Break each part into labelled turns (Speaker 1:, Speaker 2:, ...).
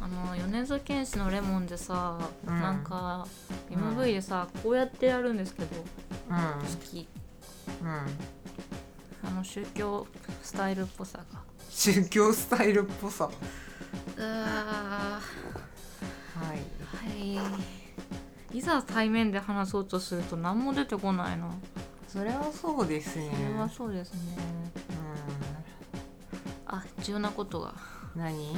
Speaker 1: あの米津玄師の「レモン」でさ、
Speaker 2: うん
Speaker 1: なんか
Speaker 2: うん
Speaker 1: MV でさ、こうやってやるんですけど好
Speaker 2: う
Speaker 1: き
Speaker 2: んうん
Speaker 1: あの宗教スタイルっぽさが
Speaker 2: 宗教スタイルっぽさ
Speaker 1: うわ
Speaker 2: はい
Speaker 1: はいいざ対面で話そうとすると何も出てこないな
Speaker 2: それはそうですね
Speaker 1: それはそうですねあ重要なことが
Speaker 2: うん何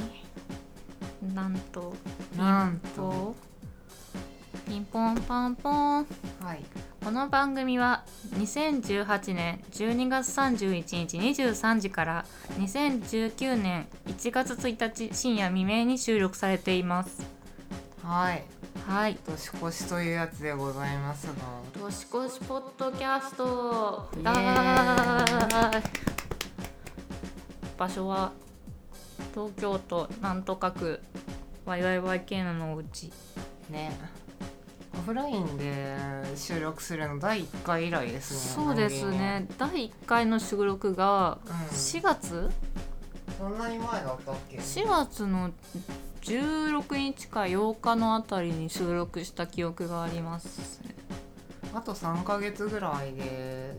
Speaker 1: なんと
Speaker 2: なんと
Speaker 1: とピンポンパンポン
Speaker 2: はい
Speaker 1: この番組は2018年12月31日23時から2019年1月1日深夜未明に収録されています
Speaker 2: はい
Speaker 1: はい
Speaker 2: 年越しというやつでございますが
Speaker 1: 年越しポッドキャスト
Speaker 2: イエーイ
Speaker 1: だ場所は東京都なんとか区 YYYK のうち
Speaker 2: ねオフラインで収録するの第1回以来ですね
Speaker 1: そうですね第1回の収録が
Speaker 2: うん
Speaker 1: 4月
Speaker 2: そんなに前だったっけ
Speaker 1: 4月の16日か8日のあたりに収録した記憶があります
Speaker 2: あと3ヶ月ぐらいで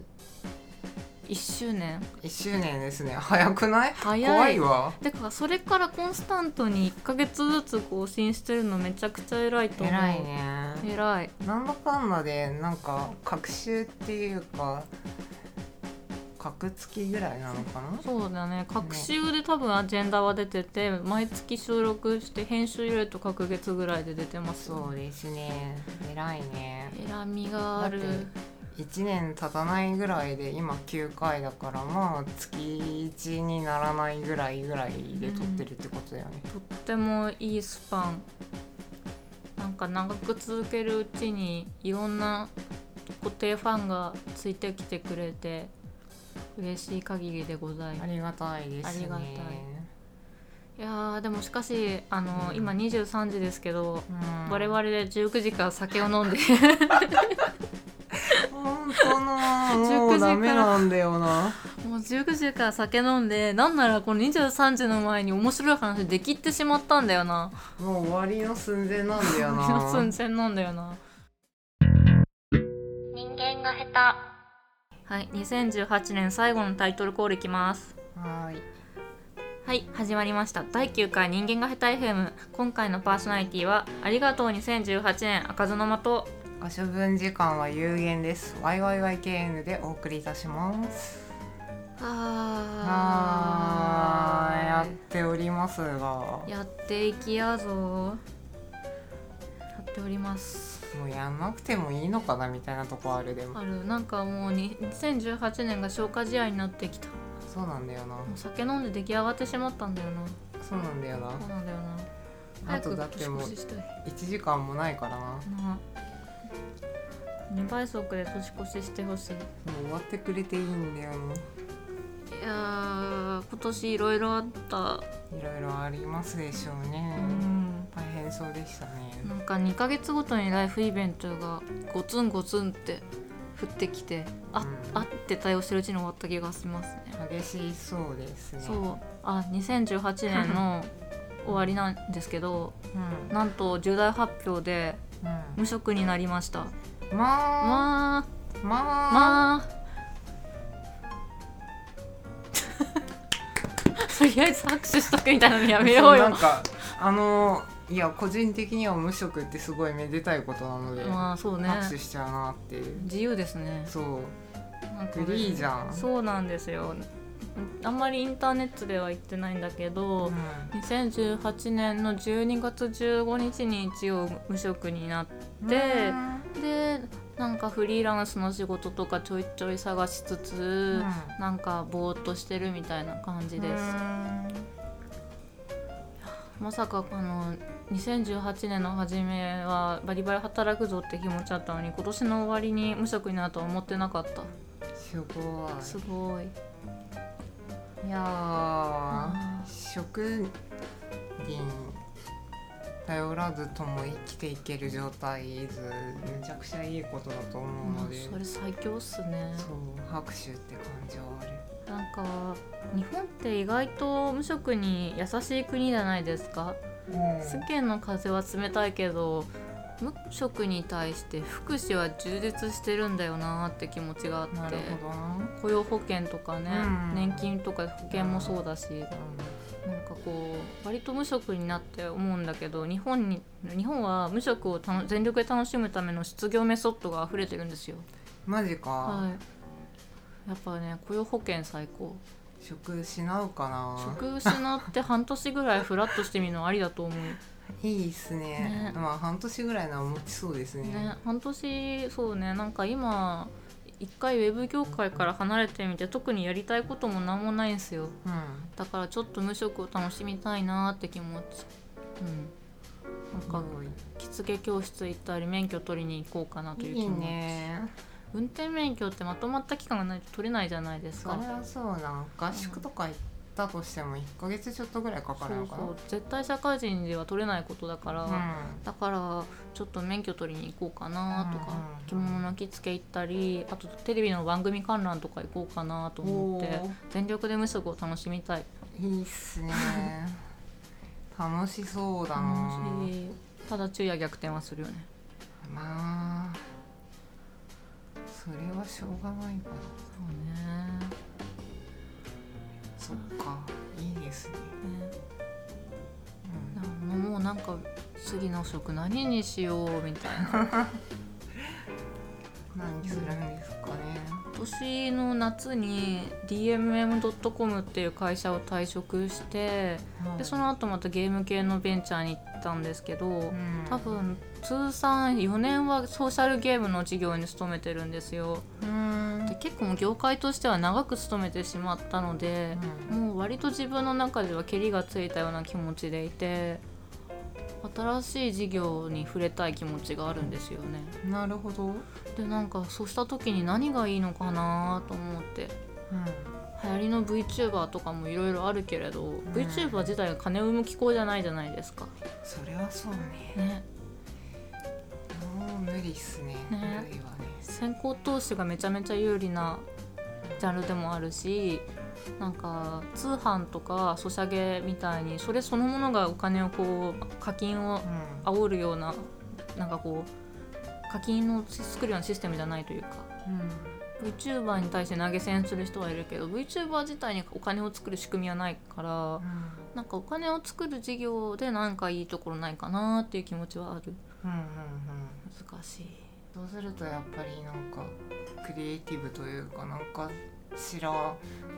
Speaker 1: 1周年
Speaker 2: 1周年ですね早くない
Speaker 1: 早い
Speaker 2: 怖いわ
Speaker 1: てかそれからコンスタントに1ヶ月ずつ更新してるのめちゃくちゃ偉いと思う
Speaker 2: 偉いね
Speaker 1: 偉い
Speaker 2: なんだかんだでなんか隔週っていうか隔月ぐらいなのかな
Speaker 1: そうだね各週で多分アジェンダは出てて毎月収録して編集入れると隔月ぐらいで出てます
Speaker 2: そうですね偉いね
Speaker 1: 偉みがある
Speaker 2: だって1年経たないぐらいで今9回だからまあ月1にならないぐらいぐらいで撮ってるってことだよね、
Speaker 1: とってもいいスパンなんか長く続けるうちにいろんな固定ファンがついてきてくれて嬉しい限りでございま
Speaker 2: あ
Speaker 1: す
Speaker 2: りがたいですね
Speaker 1: ありがたいいやーでもしかしあの、
Speaker 2: うん
Speaker 1: 今23時ですけど、
Speaker 2: うん、
Speaker 1: 我々19時から酒を飲 んで
Speaker 2: 本当 なも
Speaker 1: 19時
Speaker 2: う
Speaker 1: から
Speaker 2: ダメなんだよな
Speaker 1: もう19時から酒飲んでなんならこの23時の前に面白い話できってしまったんだよな
Speaker 2: もう終わりの寸前なんだよな
Speaker 1: 寸前なんだよな人間が下手はい2018年最後のタイトルコールいきます
Speaker 2: はーい
Speaker 1: はい始まりました第9回人間が下手 FM 今回のパーソナリティはありがとう2018年赤園的と
Speaker 2: ご処分時間は有限です。YYYKN でお送りいたします。はーい、やっておりますが、も
Speaker 1: やっていきやぞやっております
Speaker 2: うやんなくてもいいのかなみたいなとこあるでも。
Speaker 1: あるなんかもうに2018年が消化試合になってきたも
Speaker 2: そうなんだよな。
Speaker 1: う酒飲んで出来上がってしまったんだよな
Speaker 2: そうなんだよな
Speaker 1: そう。なんだよな
Speaker 2: あ
Speaker 1: 早
Speaker 2: と
Speaker 1: く
Speaker 2: だって
Speaker 1: 年
Speaker 2: もう
Speaker 1: 越ししたい
Speaker 2: 1時間もないからな。も
Speaker 1: な2倍速で年越ししてほしいう
Speaker 2: 終わってくれていいんだよな。
Speaker 1: いやー今年いろいろあった
Speaker 2: いろいろありますでしょうね。
Speaker 1: うん
Speaker 2: 大変そうでしたね。
Speaker 1: なんか2ヶ月ごとにライフイベントがゴツンゴツンって降ってきてあ,、
Speaker 2: うん
Speaker 1: あって対応してるうちに終わった気がしますね
Speaker 2: 激しそうですね。
Speaker 1: そうあ2018年 の終わりなんですけど
Speaker 2: うん。
Speaker 1: なんと重大発表で
Speaker 2: う
Speaker 1: 無職になりました
Speaker 2: ん。まあ、
Speaker 1: まあ
Speaker 2: まあ、
Speaker 1: まあ とりあえず拍手しとくみたいなのやめよう
Speaker 2: な
Speaker 1: よ
Speaker 2: んかあのいや個人的には無職ってすごいめでたいことなので、
Speaker 1: まあそうね
Speaker 2: 拍手しちゃうなっていう
Speaker 1: 自由ですね
Speaker 2: そ
Speaker 1: なんか
Speaker 2: うフリーじゃん
Speaker 1: そうなんですよあんまりインターネットでは言ってないんだけど、
Speaker 2: うん
Speaker 1: 2018年の12月15日に一応無職になっでてなんかフリーランスの仕事とかちょいちょい探しつつ、
Speaker 2: うん
Speaker 1: なんかぼーっとしてるみたいな感じです、まさかあの2018年の初めはバリバリ働くぞって気持ちだったのに今年の終わりに無職になるとは思ってなかった
Speaker 2: すご
Speaker 1: すごい
Speaker 2: いいやー
Speaker 1: あ
Speaker 2: 職人頼らずとも生きていける状態ずめちゃくちゃいいことだ
Speaker 1: ー
Speaker 2: と思う
Speaker 1: も
Speaker 2: の
Speaker 1: う
Speaker 2: で、
Speaker 1: それ最強っすね
Speaker 2: そう拍手って感じはある
Speaker 1: なんか日本って意外と無職に優しい国じゃないですか
Speaker 2: ううん
Speaker 1: 世間の風は冷たいけど無職に対して福祉は充実してるんだよなって気持ちがあって
Speaker 2: なるほどな、
Speaker 1: 雇用保険とかね、
Speaker 2: うん
Speaker 1: 年金とか保険もそうだしなんかこう割と無職になって思うんだけど日本に日本は無職を楽全力で楽しむための失業メソッドが溢れてるんですよ。
Speaker 2: マジか、
Speaker 1: はいやっぱね雇用保険最高
Speaker 2: 食失うかな
Speaker 1: 職失って半年ぐらいフラッとしてみるのありだと思う
Speaker 2: いいっすね
Speaker 1: ね
Speaker 2: まあ半年ぐらいなら持ちそうですね
Speaker 1: ね、半年そうねなんか今一回ウェブ業界から離れてみて特にやりたいことも何もないんですよ
Speaker 2: うん
Speaker 1: だからちょっと無職を楽しみたいなーって気持ちうんなんか着付け教室行ったり免許取りに行こうかなという
Speaker 2: い
Speaker 1: 気
Speaker 2: い
Speaker 1: 持ち
Speaker 2: ね
Speaker 1: 運転免許ってまとまった期間がないと取れないじゃないです
Speaker 2: そり
Speaker 1: か
Speaker 2: ゃそうなん合宿とか行ったとしても1ヶ月ちょっとぐらいか
Speaker 1: そ
Speaker 2: か
Speaker 1: う
Speaker 2: るのかな
Speaker 1: そう絶対社会人では取れないことだから、だからちょっと免許取りに行こうかなとか、
Speaker 2: うん
Speaker 1: 着物の着付け行ったりあとテレビの番組観覧とか行こうかなと
Speaker 2: うん
Speaker 1: 思
Speaker 2: お
Speaker 1: って
Speaker 2: ー
Speaker 1: 全力で無職を楽しみたい
Speaker 2: いいっすね楽しそうだな
Speaker 1: 楽しいただ昼夜逆転はするよね
Speaker 2: まあそれはしょうがないかな
Speaker 1: そう
Speaker 2: そっかいいですね、
Speaker 1: ねね
Speaker 2: うん
Speaker 1: なんかもうなんか次の食何にしようみたいな
Speaker 2: 何するんですかね
Speaker 1: 今年の夏に DMM.com っていう会社を退職してでその後またゲーム系のベンチャーに行ったんですけど、
Speaker 2: うん
Speaker 1: 多分通算4年はソーシャルゲームの事業に勤めてるんですよ
Speaker 2: うん
Speaker 1: で結構もう業界としては長く勤めてしまったので、もう割と自分の中ではケリがついたような気持ちでいて新しい事業に触れたい気持ちがあるんですよね
Speaker 2: うんなるほど、うん、
Speaker 1: でなんかそうした時に何がいいのかなと思って流行りの VTuber とかもいろいろあるけれど、VTuber 自体が金を生む機構じゃないじゃないですか
Speaker 2: それはそうね
Speaker 1: ね
Speaker 2: もう無理っすね無
Speaker 1: ね
Speaker 2: 理はね
Speaker 1: 先行投資がめちゃめちゃ有利なジャンルでもあるしなんか通販とかソシャゲみたいにそれそのものがお金をこう課金を
Speaker 2: うん
Speaker 1: 煽るようななんかこう課金を作るようなシステムじゃないというか VTuber に対して投げ銭する人はいるけど VTuber 自体にお金を作る仕組みはないからなんかお金を作る事業でなんかいいところないかなっていう気持ちはある
Speaker 2: うんうんうんうん
Speaker 1: 難しい。
Speaker 2: そうするとやっぱりなんかクリエイティブというかなんかしら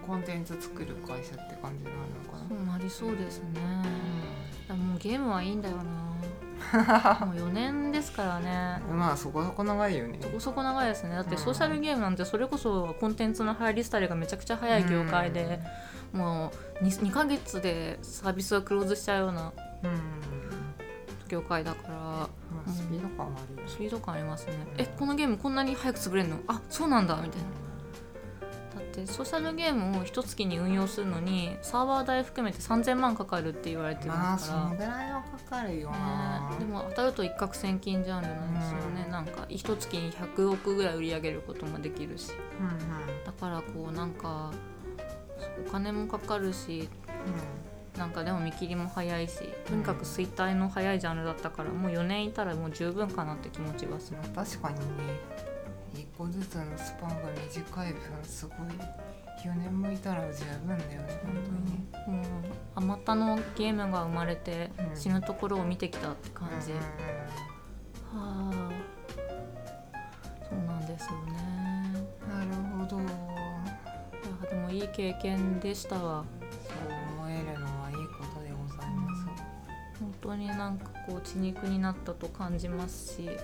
Speaker 2: コンテンツ作る会社って感じになるのかな、
Speaker 1: そうなりそうですね。
Speaker 2: う
Speaker 1: あもうゲームはいいんだよなもう4年ですからね
Speaker 2: ん、まあそこそこ長いよね
Speaker 1: そこそこ長いですねだっ
Speaker 2: う
Speaker 1: て
Speaker 2: ん
Speaker 1: ソーシャルゲームなんてそれこそコンテンツの入りスタイルがめちゃくちゃ早い業界で、もう 2, 2ヶ月でサービスがクローズしちゃうような
Speaker 2: うん、うん
Speaker 1: 業界だか
Speaker 2: まあ、スピード感はあるよ
Speaker 1: ら
Speaker 2: ね
Speaker 1: スピード感ありますね
Speaker 2: うん
Speaker 1: えこのゲームこんなに早く潰れるのあそうなんだみたいなだってソーシャルゲームを一月に運用するのにサーバー代含めて3000万かかるって言われて
Speaker 2: ま
Speaker 1: ま
Speaker 2: あ
Speaker 1: す
Speaker 2: そ
Speaker 1: から、
Speaker 2: のぐらいはかかるよな、
Speaker 1: ね、でも当たると一攫千金ジャンルなんですよね、
Speaker 2: うん
Speaker 1: なんか一月に100億ぐらい売り上げることもできるし
Speaker 2: うんうん
Speaker 1: だからこうなんかお金もかかるしなんかでも見切りも早いしとにかく衰退の早いジャンルだったからもう4年いたらもう十分かなって気持ちがす
Speaker 2: う
Speaker 1: る
Speaker 2: ん、まあ確かにね一個ずつのスパンが短い分すごい4年もいたら十分だよね本当に
Speaker 1: も
Speaker 2: ね
Speaker 1: うあまたのゲームが生まれて
Speaker 2: うん
Speaker 1: 死ぬところを見てきたって感じ、
Speaker 2: うんうんうん
Speaker 1: はあそうなんですよね
Speaker 2: なるほど。
Speaker 1: いやでもいい経験でしたわ
Speaker 2: そう思えるのはいいことでございます。
Speaker 1: 本当になんかこう血肉になったと感じますしなん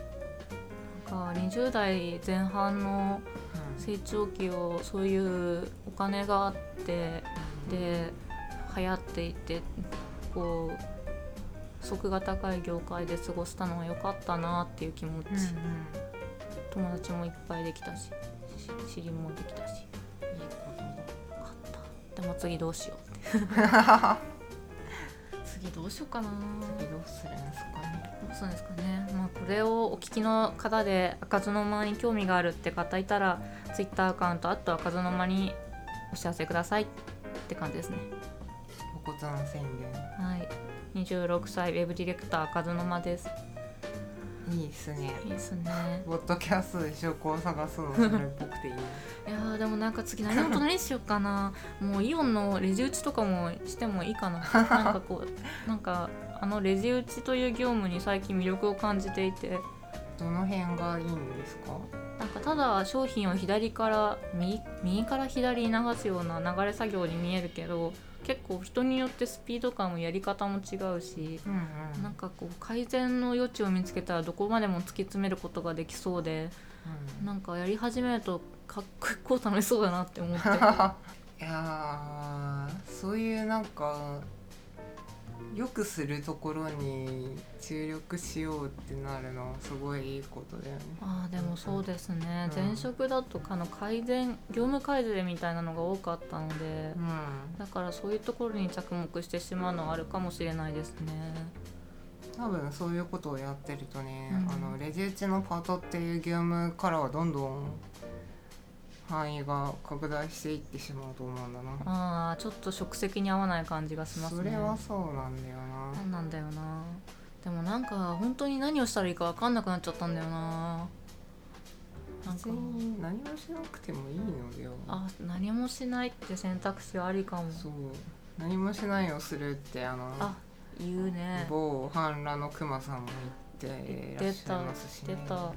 Speaker 1: か20代前半の成長期をそういうお金があってで流行っていてこう足が高い業界で過ごしたのは良かったなっていう気持ち、
Speaker 2: うん、うん、いい
Speaker 1: 友達もいっぱいできたしし知りもできたし
Speaker 2: こと
Speaker 1: 良かったでも次どうしようって次どうしようかな
Speaker 2: だ。どうするんですかね。
Speaker 1: どうするんですかね、まあ、これをお聞きの方で赤ずの間に興味があるって方いたら Twitter アカウント「あと赤ずの間」にお知らせくださいって感じですね
Speaker 2: お骨の宣言。
Speaker 1: はい26歳ウェブディレクター和沼です
Speaker 2: いいですね
Speaker 1: いいですね
Speaker 2: ポッドキャストで証拠を探すのそれっぽくていい
Speaker 1: いやーでもなんか次何事何しようかなもうイオンのレジ打ちとかもしてもいいかななんかこうなんかあのレジ打ちという業務に最近魅力を感じていて
Speaker 2: どの辺がいいんですか
Speaker 1: なんかただ商品を左から右右から左に流すような流れ作業に見えるけど結構人によってスピード感もやり方も違うし
Speaker 2: うんうん
Speaker 1: なんかこう改善の余地を見つけたらどこまでも突き詰めることができそうで
Speaker 2: うん
Speaker 1: なんかやり始めるとかっこよく楽しそうだなって思って
Speaker 2: いやーそういうなんかよくするところに注力しようってなるのはすごいいいことだよね。
Speaker 1: あーでもそうですね、
Speaker 2: うん
Speaker 1: 前職だとあの改善業務改善みたいなのが多かったので
Speaker 2: うん、
Speaker 1: だからそういうところに着目してしまうのはあるかもしれないですね。
Speaker 2: 多分そういうことをやってるとね、
Speaker 1: うん
Speaker 2: あのレジ打ちのパートっていう業務からはどんどん範囲が拡大していってしまうと思うんだな。
Speaker 1: あーちょっと職責に合わない感じがします
Speaker 2: そ
Speaker 1: ね。
Speaker 2: れはそうなんだよ
Speaker 1: そうなんだよなでもなんか本当に何をしたらいいか分かんなくなっちゃったんだよな
Speaker 2: な。
Speaker 1: なん
Speaker 2: 別
Speaker 1: か
Speaker 2: に何もしなくてもいいのでよ。
Speaker 1: あ何もしないって選択肢はありかも
Speaker 2: そう何もしないをするってあの
Speaker 1: あ言うね
Speaker 2: 某反乱のクマさんも言っていらっしゃいますし
Speaker 1: 出
Speaker 2: ね。
Speaker 1: た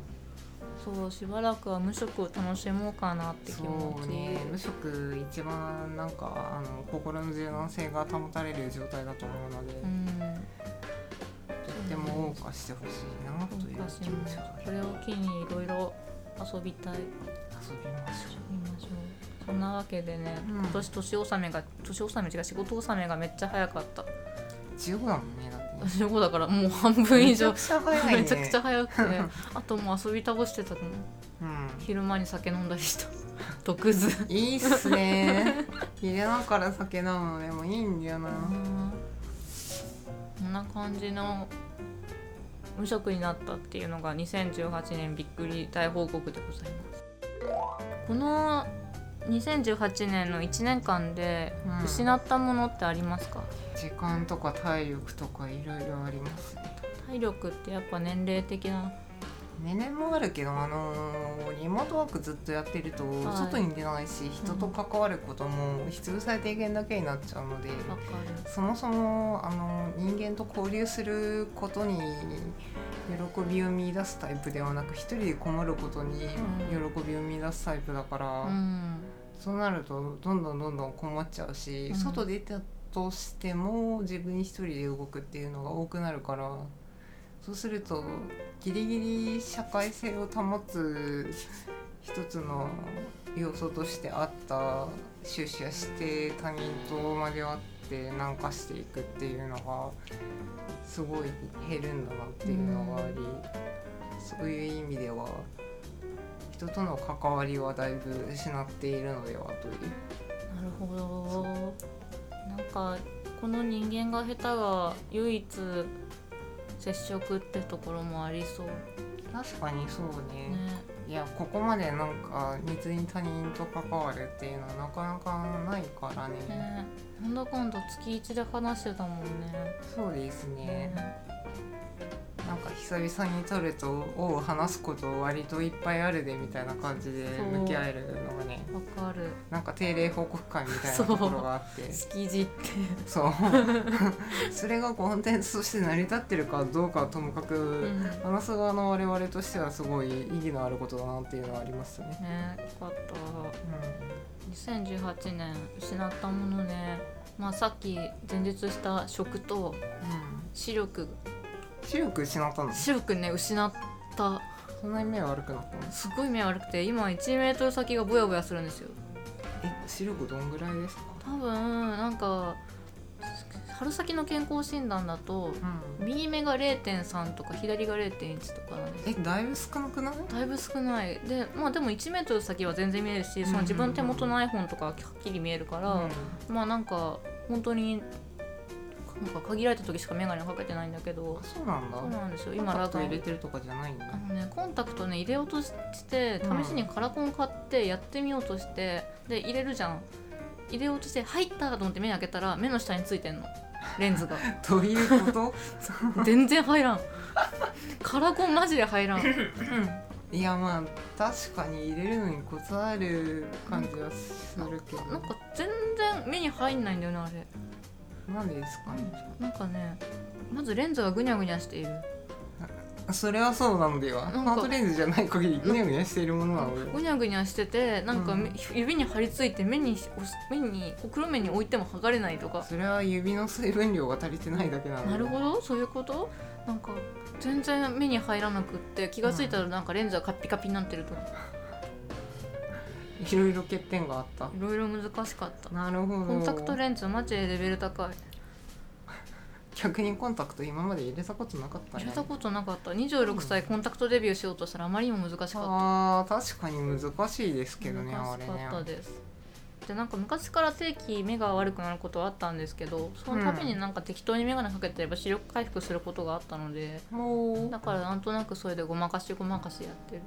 Speaker 1: そうしばらくは無職を楽しもうかなって気持
Speaker 2: そう
Speaker 1: ち、
Speaker 2: ね無職一番なんかあの心の柔軟性が保たれる状態だと思うので、
Speaker 1: うん
Speaker 2: とっても謳歌してほしいなという気持
Speaker 1: 昔
Speaker 2: ち
Speaker 1: も
Speaker 2: が
Speaker 1: これを機にいろいろ遊びたい
Speaker 2: 遊びましょ
Speaker 1: 見ましょうそんなわけでね、
Speaker 2: うん
Speaker 1: 今年年納めが年納め違う仕事納めがめっちゃ早かった
Speaker 2: う。十五だもんねだって、ね。
Speaker 1: 私の子だからもう半分以上
Speaker 2: めちゃくちゃ早いね。
Speaker 1: めちゃくちゃ早くてあともう遊び倒してたの
Speaker 2: うん。
Speaker 1: 昼間に酒飲んだりした 毒図
Speaker 2: いいっすね。 入れながら酒飲むのでもいいんだよな。
Speaker 1: こんな感じの無職になったっていうのが2018年びっくり大報告でございますこの2018年の1年間で
Speaker 2: うん
Speaker 1: 失ったものってありますか、
Speaker 2: 時間とか体力とかいろいろありますね。
Speaker 1: 体力ってやっぱ年齢的な
Speaker 2: 年齢もあるけど、あのーリモートワークずっとやってると、
Speaker 1: はい
Speaker 2: 外に出ないし人と関わることも必要最低限だけになっちゃうので、
Speaker 1: わか
Speaker 2: そもそも、あのー人間と交流することに喜びを見出すタイプではなく一人でこもることに喜びを見出すタイプだから、
Speaker 1: るうん
Speaker 2: そうなるとどんどんどんどんこもっちゃうし、
Speaker 1: うん
Speaker 2: 外出たとしても自分一人で動くっていうのが多くなるからそうするとギリギリ社会性を保つ一つの要素としてあった出社して他人と交わって軟化していくっていうのがすごい減るんだなっていうのがあり、そういう意味では人との関わりはだいぶ失っているのではという。
Speaker 1: なるほどなんかこの人間が下手が唯一接触ってところもありそう
Speaker 2: 確かにそうね、
Speaker 1: ね
Speaker 2: いやここまでなんか密に他人と関わるっていうのはなかなかないからね、
Speaker 1: ねなんだかんだ月一で話してたもんね
Speaker 2: そうですね、なんか久々に撮ると「おう話すこと割といっぱいあるで」みたいな感じで
Speaker 1: そう
Speaker 2: 向き合えるのがね
Speaker 1: わかる
Speaker 2: なんか定例報告会みたいなところがあ って
Speaker 1: 月一って
Speaker 2: そう それがコンテンツとして成り立ってるかどうかはともかく、
Speaker 1: うん
Speaker 2: 話す側の我々としてはすごい意義のあることだなっていうのはありますね。
Speaker 1: ねよかった2018年失ったものねまあさっき前述した食と
Speaker 2: うん
Speaker 1: 視力
Speaker 2: 視力失ったの
Speaker 1: 視力ね失った
Speaker 2: そんなに目悪くなったの
Speaker 1: すごい目悪くて今1メートル先がぼやぼやするんですよ
Speaker 2: え視力どんぐらいですか
Speaker 1: 多分なんか春先の健康診断だと
Speaker 2: うん
Speaker 1: 右目が0.3とか左が0.1とかなんです
Speaker 2: えだいぶ少なくない
Speaker 1: だいぶ少ないでまあでも1メートル先は全然見えるしその自分の手元の iPhone とかはっきり見えるから、まあなんか本当になんか限られた時しか眼鏡かけてないんだけど
Speaker 2: あそうなんだ
Speaker 1: そうなんですよ
Speaker 2: 今
Speaker 1: 今
Speaker 2: ラ
Speaker 1: ラ
Speaker 2: ット
Speaker 1: グ
Speaker 2: 入れてるとかじゃないんだ
Speaker 1: あのねコンタクトね入れようとして試しにカラコン買ってやってみようとして、で入れるじゃん入れようとして入ったと思って目開けたら目の下についてんのレンズ が
Speaker 2: どういうこと
Speaker 1: 全然入らんカラコンマジで入らんうん
Speaker 2: いやまあ確かに入れるのにコツある感じはするけど
Speaker 1: なんか全然目に入んないんだよねあれ
Speaker 2: なんでですかね
Speaker 1: なんかねまずレンズがぐにゃぐにゃしている
Speaker 2: それはそうなのでは
Speaker 1: なんか
Speaker 2: ハートレンズじゃない限りぐにゃぐにゃしているものは俺
Speaker 1: ぐにゃぐにゃしててなんかめ、
Speaker 2: うん
Speaker 1: 指に張り付いて目に押す目に黒目に置いても剥がれないとか
Speaker 2: それは指の水分量が足りてないだけなので
Speaker 1: なるほどそういうことなんか全然目に入らなくって気がついたらなんかレンズがカッピカピになってるとか
Speaker 2: いろいろ欠点があった
Speaker 1: いろいろ難しかった
Speaker 2: なるほど
Speaker 1: コンタクトレンズマジでレベル高い
Speaker 2: 逆にコンタクト今まで入れたことなかったね
Speaker 1: 入れたことなかった26歳コンタクトデビューしようとしたらあまりにも難しかっ
Speaker 2: あー確かに難しいです
Speaker 1: た
Speaker 2: けどね
Speaker 1: 難
Speaker 2: あれ
Speaker 1: しかった
Speaker 2: ね
Speaker 1: ですでなんか昔から定期目が悪くなることはあったんですけどそのためになんか適当に眼鏡かけてれば視力回復することがあったので、
Speaker 2: もう
Speaker 1: だからなんとなくそれでごまかしごまかしやってる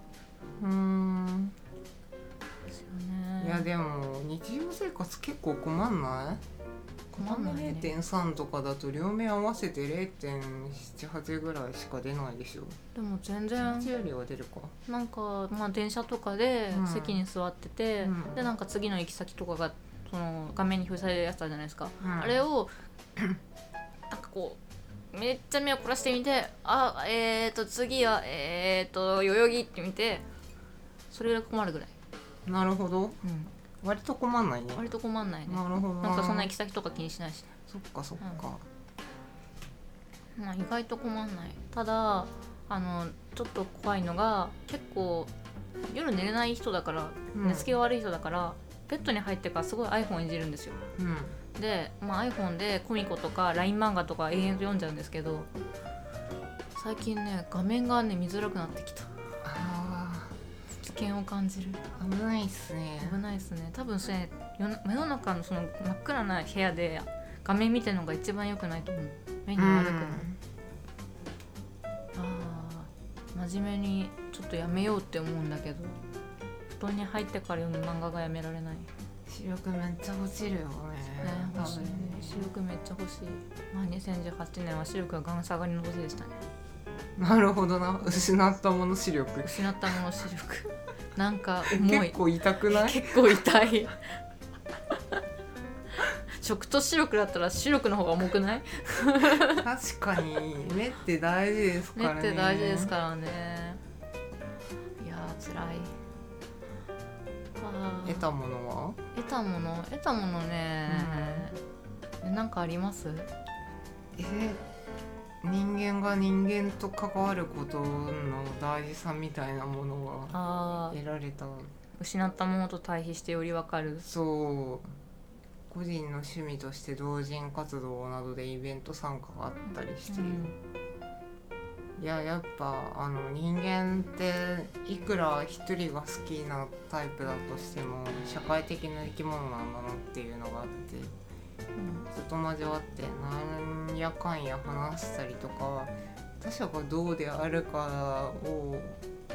Speaker 2: うーん
Speaker 1: んですよね
Speaker 2: いやでも日常生活結構困んない
Speaker 1: 困んないね
Speaker 2: 0.3とかだと両面合わせて0.78ぐらいしか出ないでしょ
Speaker 1: でも全然
Speaker 2: 1よりは出るか
Speaker 1: なんか、まあ、電車とかで
Speaker 2: うん
Speaker 1: 席に座ってて、
Speaker 2: うん
Speaker 1: でなんか次の行き先とかがその画面に表示されるやつあるじゃないですか、
Speaker 2: うん
Speaker 1: あれを なんかこうめっちゃ目を凝らしてみてあえーと次はえーと代々木って見てそれぐらい困るぐらい、
Speaker 2: なるほど
Speaker 1: うん、
Speaker 2: 割と困んないね
Speaker 1: 割と困んないね
Speaker 2: なるほど
Speaker 1: なんかそんな行き先とか気にしないしね、
Speaker 2: そっかそっか、
Speaker 1: まあ、意外と困んないただあのちょっと怖いのが結構夜寝れない人だから
Speaker 2: うん
Speaker 1: 寝つきが悪い人だから、ベッドに入ってからすごい iPhone いじるんですよ
Speaker 2: うん
Speaker 1: で、まあ、iPhone でコミコとか LINE 漫画とか永遠と読んじゃうんですけど最近ね画面がね見づらくなってきた
Speaker 2: あ
Speaker 1: 危険を感じる
Speaker 2: ー危ないっすね
Speaker 1: 危ないですね多分それ世の世の中のその真っ暗な部屋で画面見てるのが一番良くないと思う目に悪くなる、あー真面目にちょっとやめようって思うんだけど布団に入ってから読む漫画がやめられない
Speaker 2: 視力めっちゃ落ちるよね
Speaker 1: ね、
Speaker 2: 多
Speaker 1: 欲しい
Speaker 2: 分
Speaker 1: ね
Speaker 2: ね
Speaker 1: 視力めっちゃ欲しい、まあ、2018年は視力ががん下がりの年でしたね
Speaker 2: なるほどな失ったもの視力
Speaker 1: 失ったもの視 力なんか重い
Speaker 2: 結構痛くない
Speaker 1: 結構痛い食と視力だったら視力の方が重くない
Speaker 2: 確かに目って大事ですか
Speaker 1: 目
Speaker 2: らね
Speaker 1: って大事ですからねいやー辛いあー
Speaker 2: 得たものは
Speaker 1: 得たもの得たものね、えなんかあります
Speaker 2: え人間が人間と関わることの大事さみたいなものが
Speaker 1: あー
Speaker 2: 得られた
Speaker 1: 失ったものと対比してよりわかる
Speaker 2: そう個人の趣味として同人活動などでイベント参加があったりして、
Speaker 1: うん
Speaker 2: いややっぱあの人間っていくら一人が好きなタイプだとしても社会的な生き物なんだなっていうのがあって人と交わってなんやかんや話したりとか他者がどうであるかを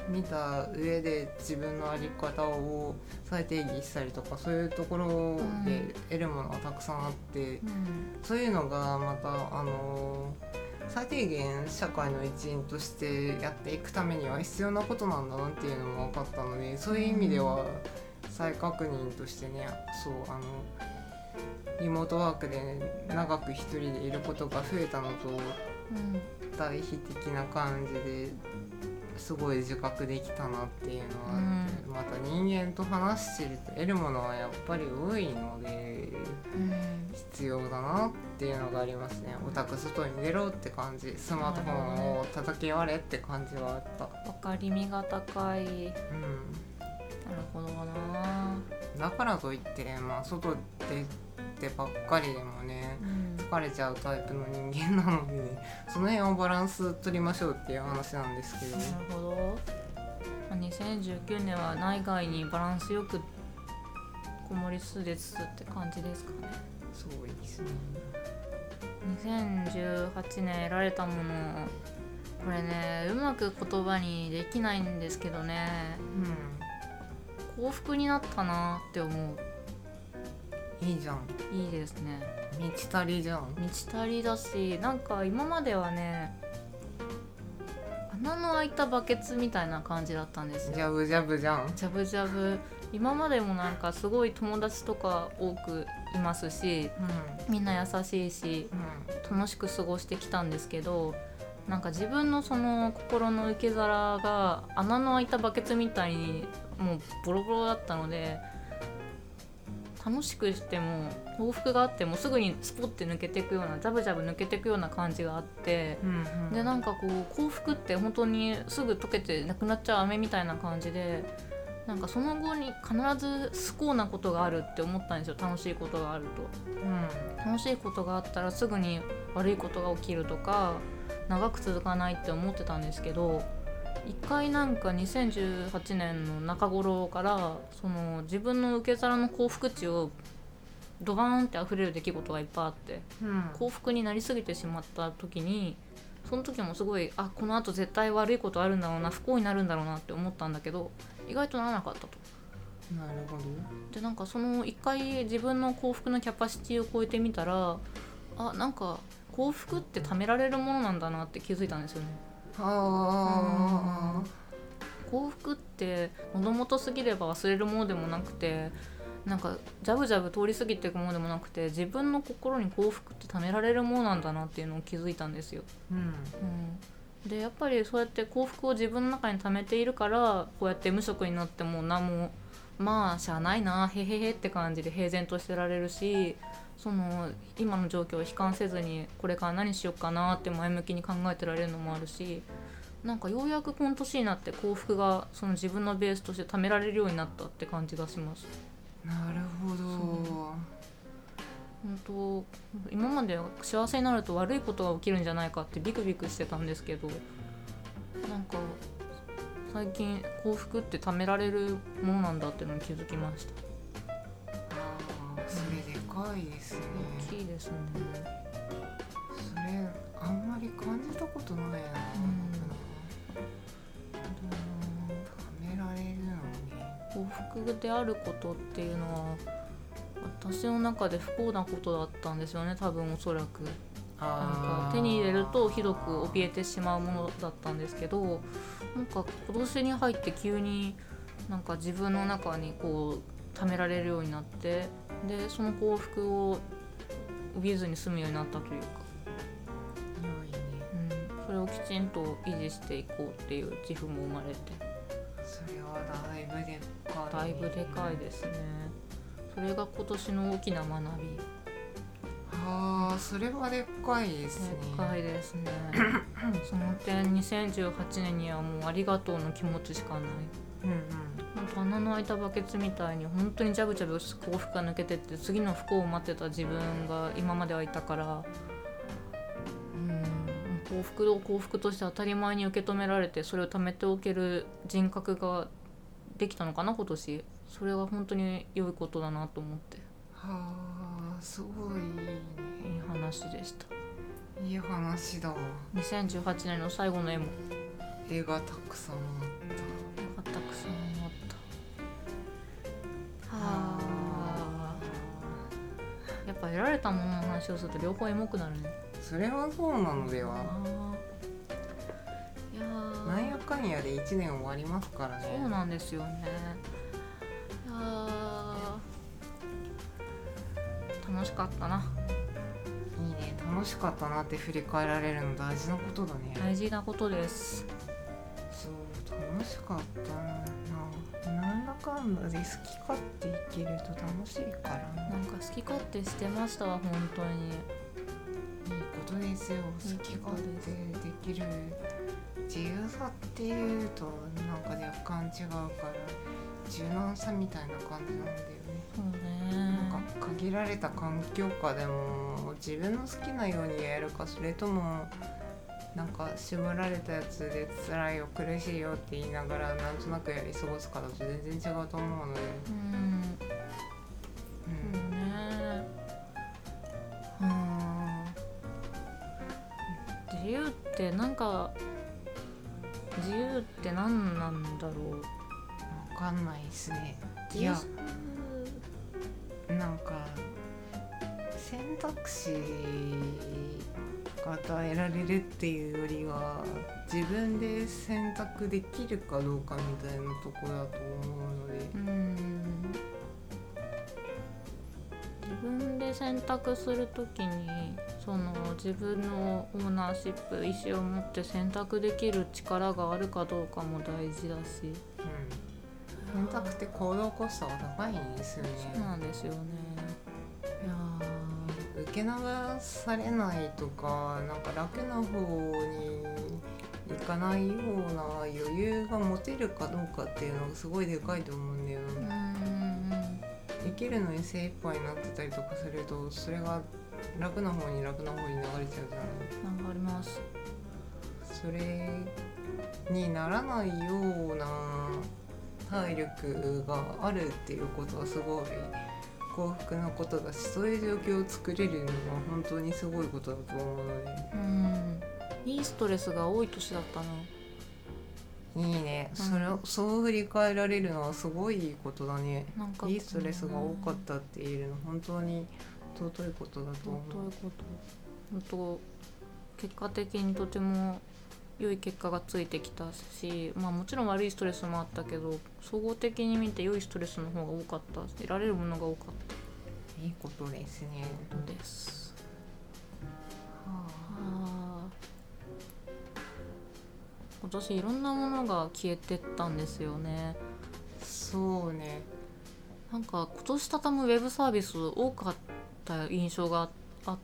Speaker 2: 見た上で自分の在り方を再定義したりとかそういうところで得るものがたくさんあって。
Speaker 1: うん
Speaker 2: そういうのがまたあの最低限社会の一員としてやっていくためには必要なことなんだなっていうのも分かったのでそういう意味では再確認としてねそうあのリモートワークで長く一人でいることが増えたのと
Speaker 1: うん
Speaker 2: 対比的な感じですごい自覚できたなっていうのはあって、また人間と話してると得るものはやっぱり多いので。
Speaker 1: うん
Speaker 2: 必要だなっていうのがありますねオタク外に出ろって感じスマートフォンを叩き割れって感じはあった
Speaker 1: わかりみが高いなる
Speaker 2: う
Speaker 1: ほどな、
Speaker 2: んだからといってまあ外出てばっかりでもね
Speaker 1: うん
Speaker 2: 疲れちゃうタイプの人間なので、 その辺をバランス取りましょうっていう話なんですけど、
Speaker 1: なるほどまあ2019年は内外にバランスよくこもりすれつつって感じですかね
Speaker 2: そうですね
Speaker 1: 2018年得られたものこれねうまく言葉にできないんですけどね
Speaker 2: うん
Speaker 1: 幸福になったなって思う
Speaker 2: いいじゃん
Speaker 1: いいですね
Speaker 2: 満ち足りじゃん
Speaker 1: 満ち足りだしなんか今まではね穴の開いたバケツみたいな感じだったんですよ
Speaker 2: ジャブジャブじゃん
Speaker 1: ジャブジャブ今までもなんかすごい友達とか多くいますし
Speaker 2: うん
Speaker 1: みんな優しいし
Speaker 2: う
Speaker 1: 楽しく過ごしてきたんですけどなんか自分のその心の受け皿が穴の開いたバケツみたいにもうボロボロだったので楽しくしても報復があってもすぐにスポッて抜けていくようなジャブジャブ抜けていくような感じがあって
Speaker 2: んうんうん
Speaker 1: でなんかこう幸福って本当にすぐ溶けてなくなっちゃう飴みたいな感じでなんかその後に必ず不幸なことがあるって思ったんですよ楽しいことがあると
Speaker 2: うん
Speaker 1: 楽しいことがあったらすぐに悪いことが起きるとか長く続かないって思ってたんですけど一回なんか2018年の中頃からその自分の受け皿の幸福値をドバーンって溢れる出来事がいっぱいあって
Speaker 2: うん
Speaker 1: 幸福になりすぎてしまった時にその時もすごいあこのあと絶対悪いことあるんだろうな不幸になるんだろうなって思ったんだけど意外とならなかったと。
Speaker 2: なるほど
Speaker 1: でなんかその一回自分の幸福のキャパシティを超えてみたらあなんか幸福って貯められるものなんだなって気づいたんですよね。
Speaker 2: あ
Speaker 1: 幸福って喉元すぎれば忘れるものでもなくてなんかジャブジャブ通り過ぎていくものでもなくて自分の心に幸福って貯められるものなんだなっていうのを気づいたんですよ。
Speaker 2: ーうん
Speaker 1: うん、でやっぱりそうやって幸福を自分の中に貯めているからこうやって無職になっても何もまあしゃあないなへへへって感じで平然としてられるしその今の状況を悲観せずにこれから何しようかなって前向きに考えてられるのもあるしなんかようやくこの年になって幸福がその自分のベースとして貯められるようになったって感じがします。
Speaker 2: なるほど
Speaker 1: 本当今まで幸せになると悪いことが起きるんじゃないかってビクビクしてたんですけどなんか最近幸福って貯められるものなんだっていうのに気づきました
Speaker 2: あーそれでかいですね
Speaker 1: 大きいですね
Speaker 2: それあんまり感じたことない
Speaker 1: う
Speaker 2: な
Speaker 1: ん
Speaker 2: 僕な貯められるのね
Speaker 1: 幸福であることっていうのは私の中で不幸なことだったんですよね多分おそらくなんか手に入れるとひどく怯えてしまうものだったんですけどなんか今年に入って急になんか自分の中にこう貯められるようになってでその幸福を怯えずに済むようになったというか、
Speaker 2: 良いね
Speaker 1: うん、それをきちんと維持していこうっていう自負も生まれて
Speaker 2: それはだいぶでか
Speaker 1: だ
Speaker 2: い
Speaker 1: いぶでかいですねそれが今年の大きな学び
Speaker 2: あーそれはでっかいですね
Speaker 1: でかいです ねその点2018年にはもうありがとうの気持ちしかない
Speaker 2: うんうん
Speaker 1: 本当穴の開いたバケツみたいに本当にジャブジャブ幸福が抜けてって次の不幸を待ってた自分が今まではいたからうん幸福を幸福として当たり前に受け止められてそれを貯めておける人格ができたのかな今年それは本当に良いことだなと思って
Speaker 2: はあすごいね
Speaker 1: いい話でした
Speaker 2: いい話だわ
Speaker 1: 2018年の最後の絵もよ
Speaker 2: 絵がたくさんあった
Speaker 1: かったくさんあったはあやっぱ得られたものの話をすると両方エモくなるね
Speaker 2: それはそうなのでは
Speaker 1: いやー
Speaker 2: なんやかんやで1年終わりますからね
Speaker 1: そうなんですよねいやー楽しかったない
Speaker 2: いね楽しかったなって振り返られるの大事なことだね、
Speaker 1: 大事なことです
Speaker 2: そう楽しかったななんだかんだで好き勝手いけると楽しいから
Speaker 1: な
Speaker 2: な、
Speaker 1: んか好き勝手してましたわ本当に
Speaker 2: いいことですよ
Speaker 1: いい
Speaker 2: 好き
Speaker 1: こと
Speaker 2: 勝
Speaker 1: です
Speaker 2: 手できる自由さっていうとなんか若干違うから柔軟さみたいな感じなんだよね
Speaker 1: そうね
Speaker 2: なんか限られた環境下でも自分の好きなようにやるかそれともなんか絞られたやつで辛いよ苦しいよって言いながらなんとなくやり過ごすかだと全然違うと思うので、
Speaker 1: うん
Speaker 2: うん
Speaker 1: そうね
Speaker 2: あ
Speaker 1: 自由ってなんか自由って何なんだろう
Speaker 2: ーわかんないですね
Speaker 1: 自
Speaker 2: い
Speaker 1: 由
Speaker 2: やなんか選択肢が与えられるっていうよりは自分で選択できるかどうかみたいなとこだと思うので
Speaker 1: うん自分で選択するときにその自分のオーナーシップ意思を持って選択できる力があるかどうかも大事だし
Speaker 2: うん、選択って行動コストが高いんですよね
Speaker 1: そうなんですよねいや
Speaker 2: 受け流されないとかなんか楽な方に行かないような余裕が持てるかどうかっていうのがすごいでかいと思うんだよ
Speaker 1: ーう
Speaker 2: ね。
Speaker 1: ん
Speaker 2: 生きるのに精一杯になってたりとかするとそれが楽な方に楽な方に流れちゃうじゃない
Speaker 1: うん頑張ります
Speaker 2: それにならないような体力があるっていうことはすごい幸福なことだしそういう状況を作れるのは本当にすごいことだと思うので。
Speaker 1: うんいいストレスが多い年だったない
Speaker 2: いね、
Speaker 1: うん
Speaker 2: それをそう振り返られるのはすごいいいことだね
Speaker 1: なんか
Speaker 2: いいストレスが多かっ
Speaker 1: うん
Speaker 2: たって言えるの本当に尊いことだ
Speaker 1: ど
Speaker 2: と
Speaker 1: う
Speaker 2: 思
Speaker 1: いううこと本当結果的にとても良い結果がついてきたし、まあ、もちろん悪いストレスもあったけど総合的に見て良いストレスの方が多かった得られるものが多かっ
Speaker 2: いいことですね
Speaker 1: たです。あー今年いろんなものが消えてったんですよね。
Speaker 2: そうね
Speaker 1: なんか今年畳むウェブサービス多かった印象があっ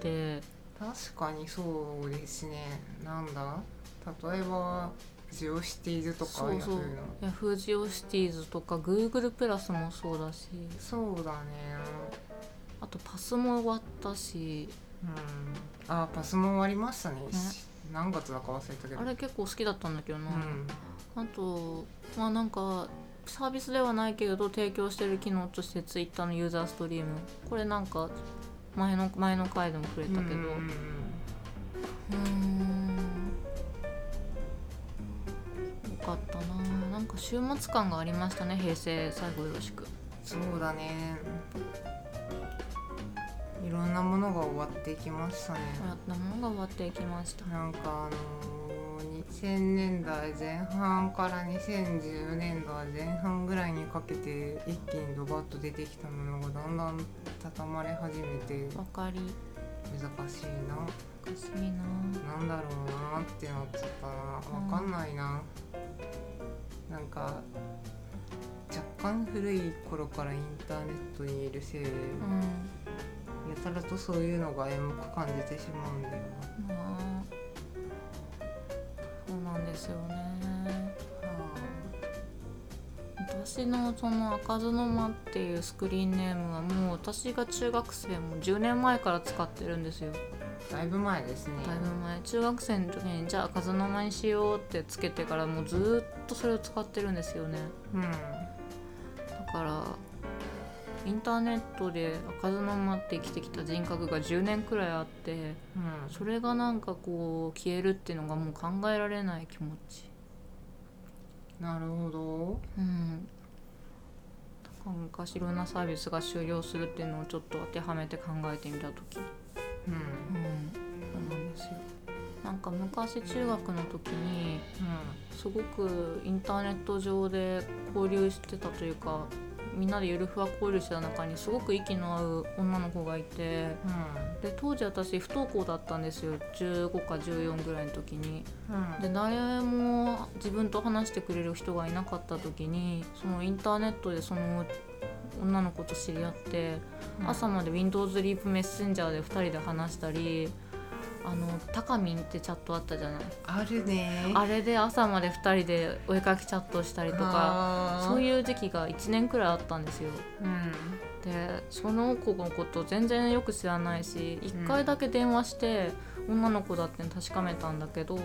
Speaker 1: て。
Speaker 2: 確かにそうですねなんだ例えばジオシティーズとか
Speaker 1: そうそう
Speaker 2: やるの
Speaker 1: ヤフージオシティーズとか Google プラスもそうだし
Speaker 2: そうだね
Speaker 1: あとパスも終わったし
Speaker 2: うんあパスも終わりましたね
Speaker 1: ね
Speaker 2: 何月だか忘れたけど
Speaker 1: あれ結構好きだったんだけど
Speaker 2: う
Speaker 1: な、
Speaker 2: ん
Speaker 1: あとまあなんかサービスではないけれど提供してる機能として Twitter のユーザーストリームこれなんか前の前の回でも触れたけど
Speaker 2: うんうんう
Speaker 1: う
Speaker 2: ん
Speaker 1: ーんよかったななんか週末感がありましたね平成最後よろしく
Speaker 2: そうだね。いろんなものが終わっていきましたね。
Speaker 1: こうやったものが終わっていきました
Speaker 2: なんかあのー2000年代前半から2010年代前半ぐらいにかけて一気にドバッと出てきたものがだんだん畳まれ始めて
Speaker 1: わかり
Speaker 2: 難しい
Speaker 1: おかしいな
Speaker 2: ななんだろうなってなっちゃったなわかんないななんか若干古い頃からインターネットにいるせいで
Speaker 1: う
Speaker 2: やたらとそういうのが重く感じてしまうんだよ
Speaker 1: ん、まあそうなんですよね
Speaker 2: な、
Speaker 1: 私のその「開かずの間」っていうスクリーンネームはもう私が中学生も10年前から使ってるんですよ
Speaker 2: だいぶ前ですね
Speaker 1: だいぶ前中学生の時にじゃあ「開かずの間にしよう」ってつけてからもうずーっとそれを使ってるんですよね
Speaker 2: うん
Speaker 1: だからインターネットで「開かずの間」って生きてきた人格が10年くらいあって
Speaker 2: うん
Speaker 1: それがなんかこう消えるっていうのがもう考えられない気持ち
Speaker 2: なるほど
Speaker 1: うん、なんかいろんなサービスが終了するっていうのをちょっと当てはめて考えてみた時、
Speaker 2: うんうん
Speaker 1: うん、そうなんですよなんか昔中学の時にすごくインターネット上で交流してたというかみんなでゆるふわ交流してた中にすごく息の合う女の子がいて
Speaker 2: うん
Speaker 1: で当時私不登校だったんですよ15か14ぐらいの時に。
Speaker 2: うん
Speaker 1: で誰も自分と話してくれる人がいなかった時にそのインターネットでその女の子と知り合って、朝まで Windows リープメッセンジャーで2人で話したりあのタカミンってチャットあったじゃない
Speaker 2: あるね
Speaker 1: あれで朝まで2人でお絵かきチャットしたりとかそう
Speaker 2: う
Speaker 1: いう時期が1年くらいあったんですよ
Speaker 2: うん
Speaker 1: でその子のこと全然よく知らないし1回だけ電話して女の子だって確かめたんだけど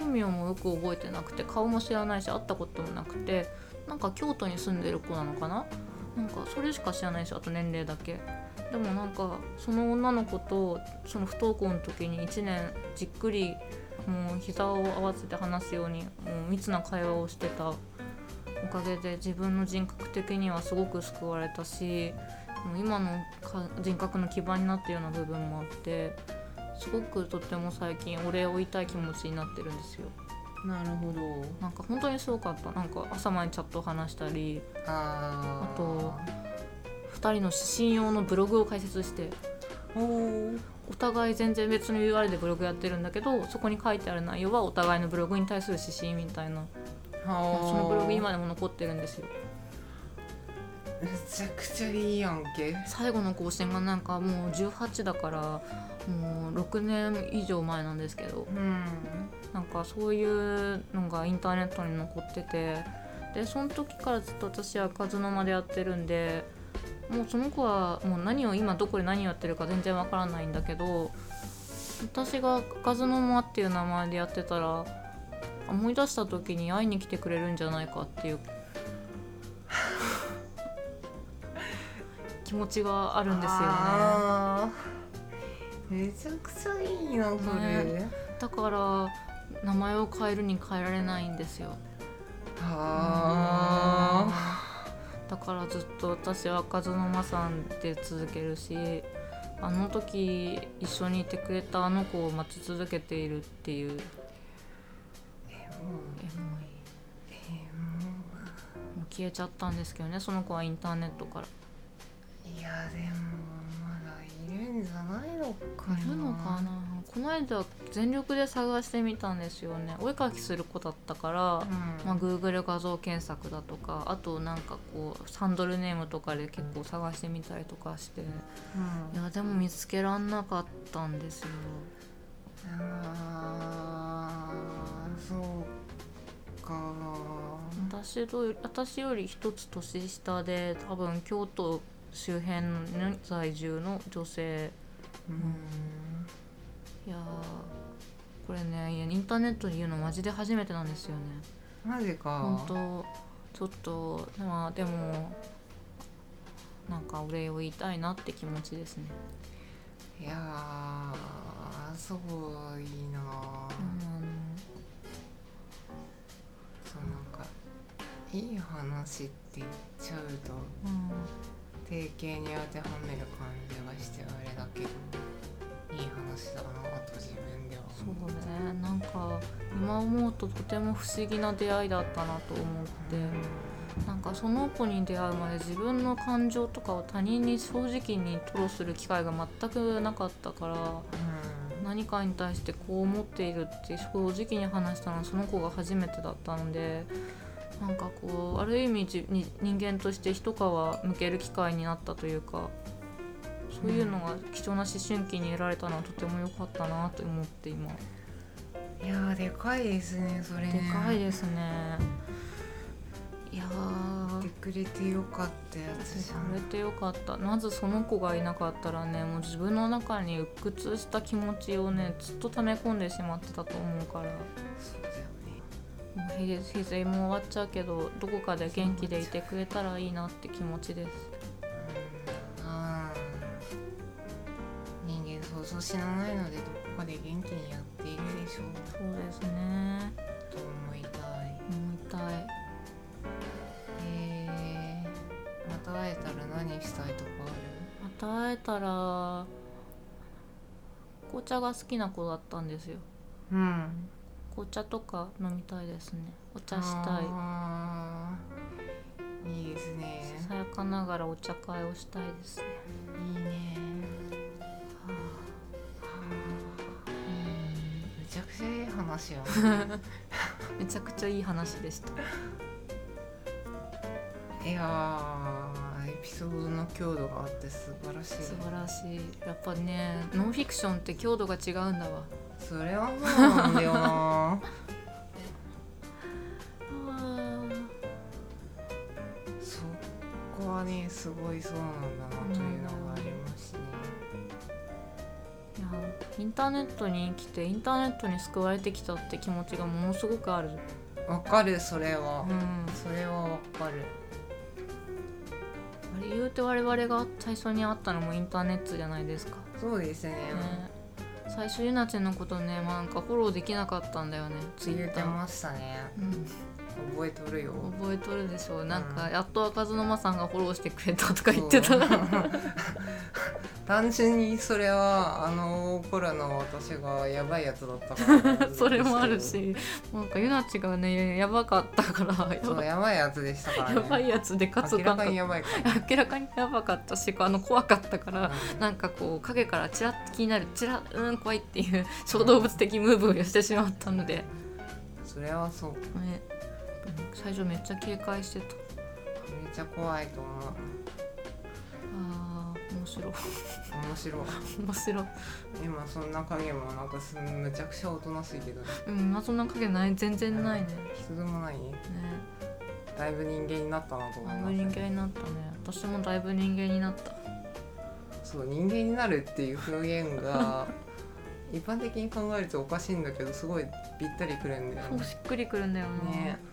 Speaker 1: 本名もよく覚えてなくて顔も知らないし会ったこともなくてなんか京都に住んでる子なのかななんかそれしか知らないしあと年齢だけでもなんかその女の子とその不登校の時に1年じっくりもう膝を合わせて話すようにもう密な会話をしてたおかげで自分の人格的にはすごく救われたしもう今のか人格の基盤になったような部分もあってすごくとっても最近お礼を言いたい気持ちになってるんですよ
Speaker 2: なるほど
Speaker 1: なんか本当にすごかったなんか朝前にチャットを話したり
Speaker 2: あ
Speaker 1: あ
Speaker 2: ー
Speaker 1: と2人の信用のブログを開設して
Speaker 2: おお
Speaker 1: お互い全然別の URL でブログやってるんだけどそこに書いてある内容はお互いのブログに対する指針みたいなそのブログ今でも残ってるんですよ
Speaker 2: めちゃくちゃいいやんけ
Speaker 1: 最後の更新がなんかもう18だからもう6年以上前なんですけど
Speaker 2: うん
Speaker 1: なんかそういうのがインターネットに残っててでその時からずっと私はカズノマでやってるんでもうその子はもう何を今どこで何をやってるか全然わからないんだけど私がカズノマっていう名前でやってたら思い出した時に会いに来てくれるんじゃないかっていう 気持ちがあるんですよね。
Speaker 2: あーめちゃくちゃいいなそれ、
Speaker 1: ねだから名前を変えるに変えられないんですよ
Speaker 2: あ
Speaker 1: だからずっと私は和のまさんで続けるしあの時一緒にいてくれたあの子を待ち続けているっていうエモ
Speaker 2: ーもう
Speaker 1: いもう消えちゃったんですけどねその子はインターネットから
Speaker 2: いやでもまだいるんじゃないのかない
Speaker 1: いるのかなこの間全力で探してみたんですよねお絵かきする子だったから、
Speaker 2: うん
Speaker 1: まあ、Google 画像検索だとかあとなんかこうサンドルネームとかで結構探してみたりとかして
Speaker 2: うん
Speaker 1: いやでも見つけらんなかったんですよ
Speaker 2: あーそうか
Speaker 1: 私と私より一つ年下で多分京都周辺の在住の女性
Speaker 2: うん
Speaker 1: いやーこれねいやインターネットで言うのマジで初めてなんですよね
Speaker 2: マジか
Speaker 1: 本当ちょっとまあでもなんかお礼を言いたいなって気持ちですね
Speaker 2: いやーすごいい
Speaker 1: で
Speaker 2: な
Speaker 1: も
Speaker 2: そうなんかいい話って言っちゃうと
Speaker 1: あのうん
Speaker 2: 定型に当てはめる感じがしてあれだけどいい話だなと自分では
Speaker 1: そ
Speaker 2: 思う
Speaker 1: うねなんか今思うととても不思議な出会いだったなと思って。なんかその子に出会うまで自分の感情とかを他人に正直に吐露する機会が全くなかったから
Speaker 2: うん
Speaker 1: 何かに対してこう思っているって正直に話したのはその子が初めてだったのでなんかこうある意味じに人間として一皮向ける機会になったというかそういうのが貴重な思春期に得られたのはとても良かったなと思って今。
Speaker 2: いやーでかいですねそれね
Speaker 1: でかいですね。いやー
Speaker 2: やってくれてよかったやつじ
Speaker 1: そ
Speaker 2: ゃん
Speaker 1: れてよかったまずその子がいなかったらねもう自分の中に鬱屈した気持ちをねずっと溜め込んでしまってたと思うから
Speaker 2: そうだよね
Speaker 1: もう平日平成も終わっちゃうけどどこかで元気でいてくれたらいいなって気持ちです
Speaker 2: うんあー人間そうそう死なないのでどこかで元気にやっているでしょう
Speaker 1: そうですね
Speaker 2: と思いたい
Speaker 1: 思いたい
Speaker 2: えー、また会えたら何したいとか
Speaker 1: また会えたら紅茶が好きな子だったんですよ
Speaker 2: あるうん
Speaker 1: 紅茶とか飲みたいですねお茶したい
Speaker 2: いいいですね
Speaker 1: ささやかながらお茶会をしたいですね
Speaker 2: いいね
Speaker 1: はあ
Speaker 2: うんめちゃくちゃいい話や
Speaker 1: めちゃくちゃいい話でした。
Speaker 2: いやーエピソードの強度があって素晴らしい
Speaker 1: 素晴らしい。やっぱね、ノンフィクションって強度が違うんだわ。
Speaker 2: それはそうなんだよなそこはねすごいそうなんだなというのがありますね
Speaker 1: いや、インターネットに生きて、インターネットに救われてきたって気持ちがものすごくある。
Speaker 2: わかるそれは、
Speaker 1: うん。
Speaker 2: それはわかる
Speaker 1: あれ言うて我々が最初に会ったのもインターネットじゃないですか。
Speaker 2: そうですね
Speaker 1: ね、最初ゆなちゃんのことね、まあ、なんかフォローできなかったんだよね。ツイ
Speaker 2: 言っ
Speaker 1: ッタ
Speaker 2: て
Speaker 1: ー。
Speaker 2: ましたね
Speaker 1: うん、
Speaker 2: 覚えとるよ
Speaker 1: 覚えとるでしょうなんか、
Speaker 2: うん
Speaker 1: やっと赤の間さんがフォローしてくれたとか言ってた
Speaker 2: そう
Speaker 1: ら
Speaker 2: 単純にそれはあの頃の私がやばいやつだったからなんですけ ど
Speaker 1: それもあるしなんかゆなちがねやばかったからや
Speaker 2: そう
Speaker 1: ば
Speaker 2: やばいやつでしたからね
Speaker 1: やばいやつでかつ
Speaker 2: 明
Speaker 1: な
Speaker 2: ら
Speaker 1: んか
Speaker 2: かにやばいから
Speaker 1: 明らかにやばかったしあの怖かったから、
Speaker 2: うん
Speaker 1: なんかこう影からチラッと気になるチラッうん怖いっていう小動物的ムーブをしてしまったので、ね、
Speaker 2: それはそう
Speaker 1: 最初めっちゃ警戒してた
Speaker 2: めっちゃ怖いと思う
Speaker 1: あー面白い
Speaker 2: 面白い
Speaker 1: 面白い
Speaker 2: 今そんな影もなんかすむちゃくちゃおとなしいけど
Speaker 1: うんまあそんな影ない全然ないね、
Speaker 2: 一つもない
Speaker 1: ね
Speaker 2: だいぶ人間になったなと思
Speaker 1: だ
Speaker 2: い
Speaker 1: い
Speaker 2: ま
Speaker 1: ぶ
Speaker 2: す
Speaker 1: 人間になったね私もだいぶ人間になった
Speaker 2: そう人間になるっていう表現が一般的に考えるとおかしいんだけどすごいぴったりくるんだよ
Speaker 1: そう
Speaker 2: ね
Speaker 1: しっくりくるんだよね
Speaker 2: ね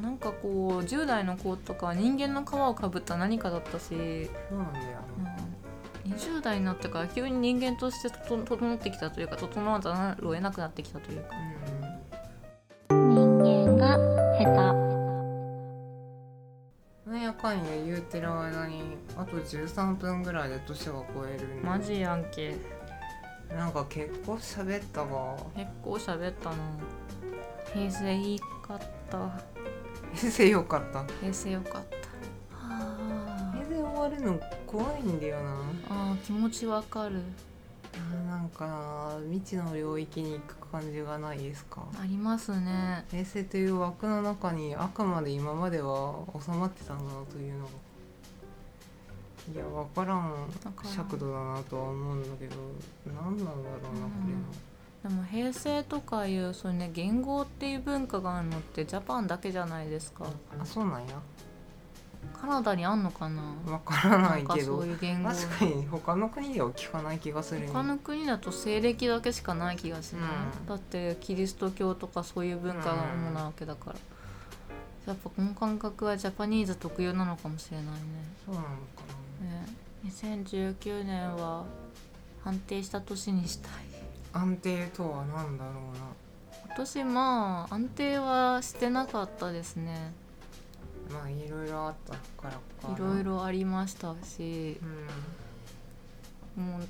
Speaker 1: なんかこう10代の子とかは人間の皮をかぶった何かだったし、う
Speaker 2: そうなんだよね
Speaker 1: ん、20代になってから急に人間としてと整ってきたというか整わざるを得なくなってきたというか人間が下
Speaker 2: うんなんやかんや言うてる間にあと13分ぐらいで年が超えるんで
Speaker 1: マジやんけ
Speaker 2: なんか結構喋ったわ
Speaker 1: 結構喋ったな平成いいかった
Speaker 2: 平成よかった
Speaker 1: 平成よかったは
Speaker 2: 平成終わるの怖いんだよな
Speaker 1: ああー気持ちわかる
Speaker 2: あなんか未知の領域に行く感じがないですか
Speaker 1: ありますね
Speaker 2: 平成という枠の中にあくまで今までは収まってたんだなというのがいや分からん
Speaker 1: だから
Speaker 2: 尺度だなとは思うんだけど何なんだろうなこれは
Speaker 1: でも平成とかいうそういうね言語っていう文化があるのってジャパンだけじゃないですか
Speaker 2: あそうなんや
Speaker 1: カナダにあんのかな
Speaker 2: 分からな
Speaker 1: なん
Speaker 2: い
Speaker 1: か
Speaker 2: け
Speaker 1: そう
Speaker 2: ど
Speaker 1: いう言語
Speaker 2: 確かに他の国では聞かない気がするね
Speaker 1: 他の国だと西暦だけしかない気がしない、
Speaker 2: うん
Speaker 1: だってキリスト教とかそういう文化が主なわけだから、やっぱこの感覚はジャパニーズ特有なのかもしれないね
Speaker 2: そうなのか
Speaker 1: ね2019年は安定した年にしたい
Speaker 2: な安定とは何だろうな
Speaker 1: 今年まあ安定はしてなかったですね
Speaker 2: まあいろいろあったからか
Speaker 1: いろい
Speaker 2: ろ
Speaker 1: ろありましたし
Speaker 2: うん
Speaker 1: もう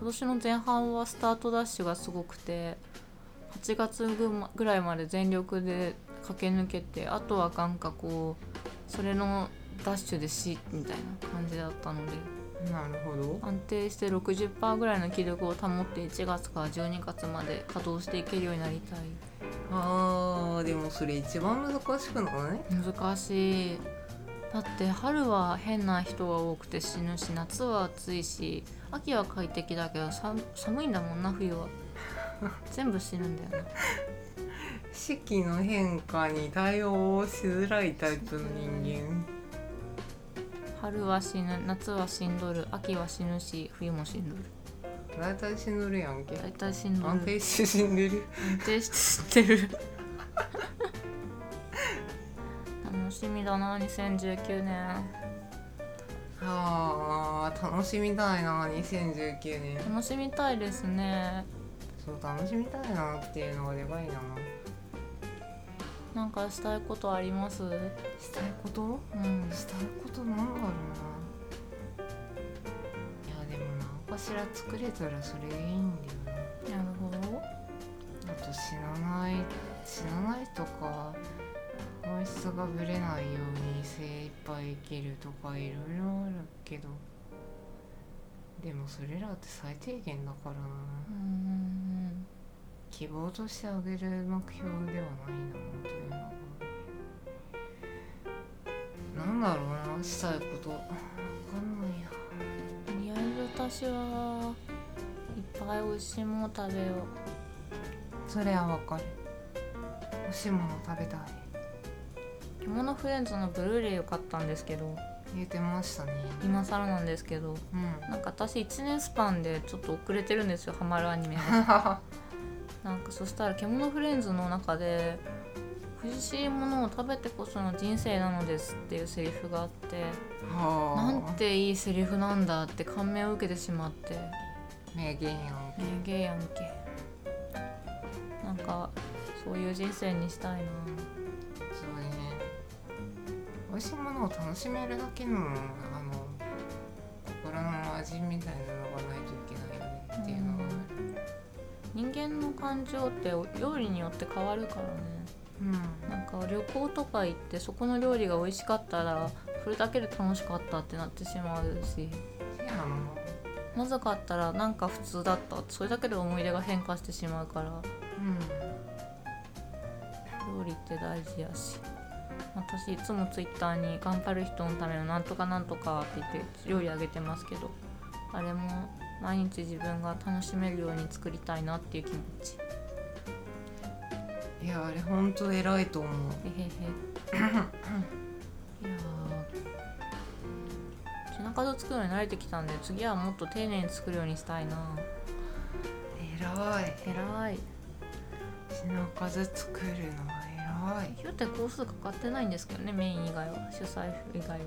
Speaker 1: 今年の前半はスタートダッシュがすごくて8月ぐまぐらいまで全力で駆け抜けてあとはなんかこうそれのダッシュで死みたいな感じだったので
Speaker 2: なるほど
Speaker 1: 安定して60%ぐらいの気力を保って1月から12月まで稼働していけるようになりたい
Speaker 2: あーでもそれ一番難しくない
Speaker 1: 難しいだって春は変な人が多くて死ぬし夏は暑いし秋は快適だけどさ寒いんだもんな冬は全部死ぬんだよな
Speaker 2: 四季の変化に対応しづらいタイプの人
Speaker 1: 春は死ぬ夏は死んどる秋は死ぬし冬も死んどる
Speaker 2: 間大体死ぬるやんけ
Speaker 1: 大体死んど
Speaker 2: 安
Speaker 1: る
Speaker 2: 定して死んでる
Speaker 1: 安定して死んでる楽しみだな2019年
Speaker 2: あー楽しみたいな2019年
Speaker 1: 楽しみたいですね
Speaker 2: そう楽しみたいなっていうのがでかいな
Speaker 1: なんかしたいことありますう
Speaker 2: したいこと
Speaker 1: ん
Speaker 2: したいことなんだろうないやでも何かしら作れたらそれでいいんだよな
Speaker 1: なるほど
Speaker 2: あと死なない死なないとか本質がぶれないように精一杯生きるとかいろいろあるけどでもそれらって最低限だからな
Speaker 1: うん
Speaker 2: 希望としてあげる目標ではないなというのがなんだろうなしたいことわかんないや
Speaker 1: とりあえず私はいっぱい美味しいもの食べよ
Speaker 2: それはわかる欲しいもの食べたいう
Speaker 1: 着物フレンズのブルーレイを買ったんですけど
Speaker 2: 言ってましたね
Speaker 1: 今更なんですけど
Speaker 2: うん
Speaker 1: なんか私1年スパンでちょっと遅れてるんですよハマるアニメがなんかそしたら「獣フレンズ」の中で「美味しいものを食べてこその人生なのです」っていうセリフがあって
Speaker 2: はあ
Speaker 1: なんていいセリフなんだって感銘を受けてしまって
Speaker 2: 名言やん
Speaker 1: 名言やんけなんかそういう人生にしたいな
Speaker 2: そうね美味しいものを楽しめるだけのあの心の味みたいなのがないといけないよねっていうのはある
Speaker 1: 人間の感情って料理によって変わるからね
Speaker 2: うん、
Speaker 1: なんか旅行とか行ってそこの料理が美味しかったらそれだけで楽しかったってなってしまうし
Speaker 2: いやもう
Speaker 1: まずかったらなんか普通だったそれだけで思い出が変化してしまうから
Speaker 2: うん
Speaker 1: 料理って大事やし私いつもツイッターに「頑張る人のためのなんとかなんとか」って言って料理あげてますけどあれも毎日自分が楽しめるように作りたいなっていう気持ち
Speaker 2: いやあれ本当偉いと思う
Speaker 1: えへへいやー品数作るのに慣れてきたんで次はもっと丁寧に作るようにしたいな
Speaker 2: 偉い
Speaker 1: 偉い
Speaker 2: 品数作るのは偉い
Speaker 1: ヒューテ工数かかってないんですけどねメイン以外は主催以外はい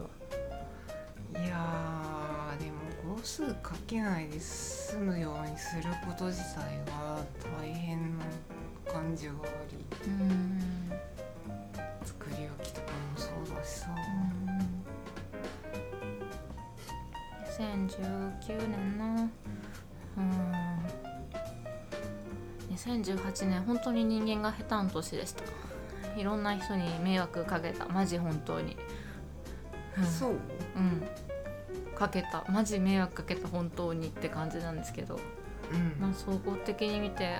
Speaker 2: やーでも号数かけないで済むようにすること自体は大変な感じがあり
Speaker 1: うん
Speaker 2: 作り置きとかもそうだしさ、
Speaker 1: 2019年なうん2018年本当に人間が下手な年でしたいろんな人に迷惑かけたマジ本当に
Speaker 2: そう
Speaker 1: うんかけたマジ迷惑かけた本当にって感じなんですけど、
Speaker 2: うん、
Speaker 1: まあ、総合的に見て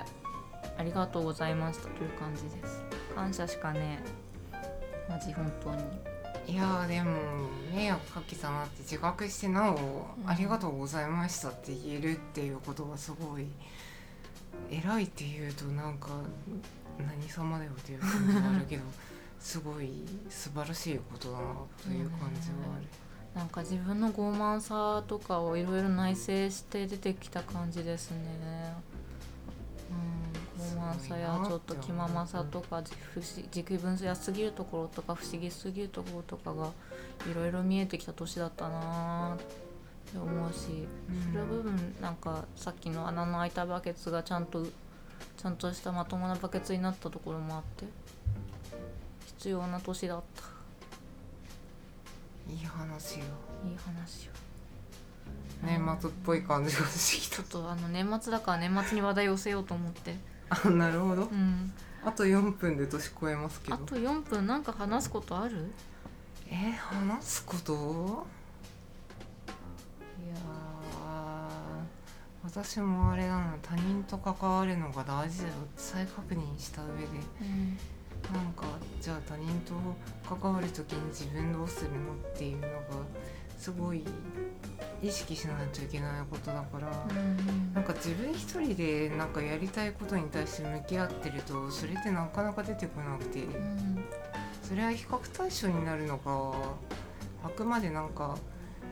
Speaker 1: ありがとうございましたという感じです感謝しかねえマジ本当に
Speaker 2: いやーでも迷惑かけたなって自覚してなお「
Speaker 1: うん
Speaker 2: ありがとうございました」って言えるっていうことがすごい偉いっていうとなんか何様だよっていう感じはあるけ どすごい素晴らしいことだなという感じはある。
Speaker 1: なんか自分の傲慢さとかをいろいろ内省して出てきた感じですね。うん、傲慢さやちょっと気ままさとかじ不思自分やすぎるところとか不思議すぎるところとかがいろいろ見えてきた年だったなって思うしその部分なんかさっきの穴の開いたバケツがちゃんとちゃんとしたまともなバケツになったところもあって必要な年だった。
Speaker 2: いい話よ
Speaker 1: いい話よ。
Speaker 2: 年末っぽい感じがしてき
Speaker 1: ちょっとあの年末だから年末に話題を寄せようと思って、
Speaker 2: たあなるほど
Speaker 1: うん、
Speaker 2: あと4分で年越えますけ
Speaker 1: あ
Speaker 2: ど
Speaker 1: と4分なんか話すことあるい
Speaker 2: えー話すこといやー私もあれだな他人と関わるのが大事だよって再確認した上で
Speaker 1: うん
Speaker 2: なんかじゃあ他人と関わる時に自分どうするのっていうのがすごい意識しないといけないことだから、なんか自分一人でなんかやりたいことに対して向き合ってるとそれってなかなか出てこなくて。それは比較対象になるのがあくまでなんか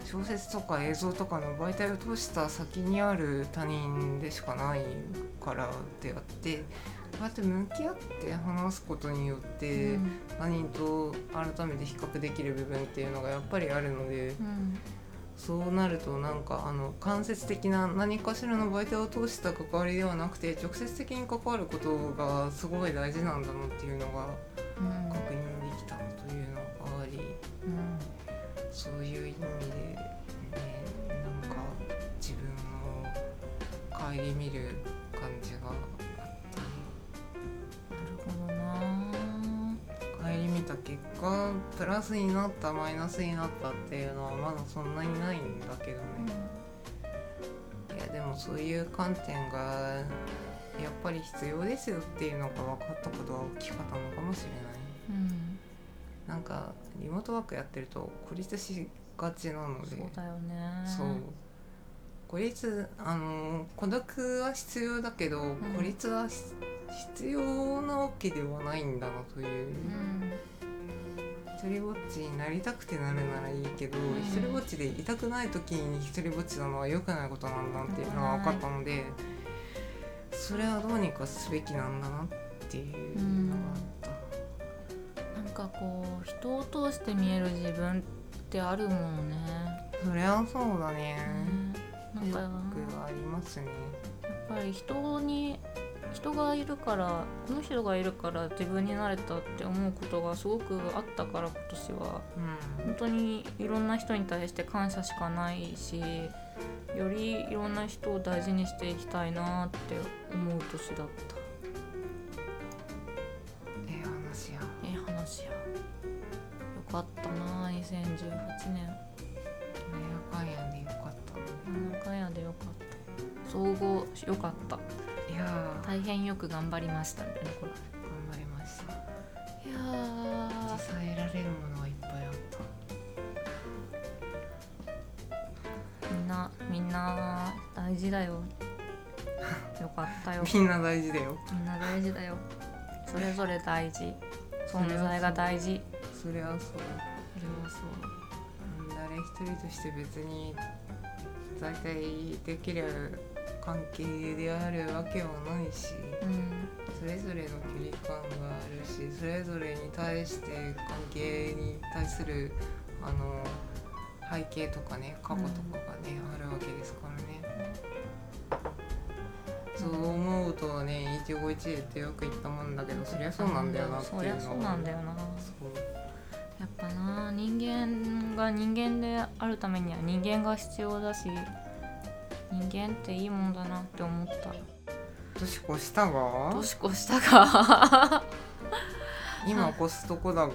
Speaker 2: 小説とか映像とかの媒体を通した先にある他人でしかないからであってこうやって向き合って話すことによって他人と改めて比較できる部分っていうのがやっぱりあるのでそうなるとなんかあの間接的な何かしらの媒体を通した関わりではなくて直接的に関わることがすごい大事なんだなっていうのが確認できたというのがありそういう意味で、ね、なんか自分を顧みる感じがあったり顧みた結果プラスになったマイナスになったっていうのはまだそんなにないんだけどねいやでもそういう観点がやっぱり必要ですよっていうのが分かったことは大きかったのかもしれない。なんかリモートワークやってると孤立しがちなので
Speaker 1: そうだよね
Speaker 2: そう孤立あの孤独は必要だけど、孤立はし必要なわけではないんだなという、
Speaker 1: うん
Speaker 2: 一人ぼっちになりたくてなるならいいけど、
Speaker 1: ん
Speaker 2: 一人ぼっちでいたくない時に一人ぼっちなのは良くないことなんだっていうのは分かったので、それはどうにかすべきなんだなっていうのがあった。
Speaker 1: なんかこう人を通して見える自分ってあるものね
Speaker 2: それはそうだね、
Speaker 1: ねなんか
Speaker 2: よくありますね。
Speaker 1: やっぱり人に人がいるからこの人がいるから自分になれたって思うことがすごくあったから今年は
Speaker 2: うん
Speaker 1: 本当にいろんな人に対して感謝しかないしよりいろんな人を大事にしていきたいなって思う年だった
Speaker 2: ええ話や
Speaker 1: ええ話やよかったな2018年
Speaker 2: なんやかんやでよかったのね
Speaker 1: なんやかんやでよかった総合よかった
Speaker 2: いやー
Speaker 1: 大変よく頑張りましたみたいなこれ
Speaker 2: 頑張りました
Speaker 1: いやー
Speaker 2: 支えられるものはいっぱいあった
Speaker 1: みんなみんな大事だ よよかったよ
Speaker 2: みんな大事だよ
Speaker 1: みんな大事だよそれぞれ大事存在が大事
Speaker 2: そりゃそう
Speaker 1: それはそう
Speaker 2: うん誰一人として別に大体できる関係であるわけはないし
Speaker 1: うん
Speaker 2: それぞれの距離感があるしそれぞれに対して関係に対するあの背景とかね過去とかがね、あるわけですからね。そう思うとね一期一会ってよく言ったもんだけどそりゃそうなんだよなっていう
Speaker 1: そりゃ
Speaker 2: のは
Speaker 1: そうなんだよな
Speaker 2: そう
Speaker 1: やっぱな人間が人間であるためには人間が必要だし人間っていいもんだなって思った
Speaker 2: 年越したが
Speaker 1: 年越したか
Speaker 2: 今越すとこだが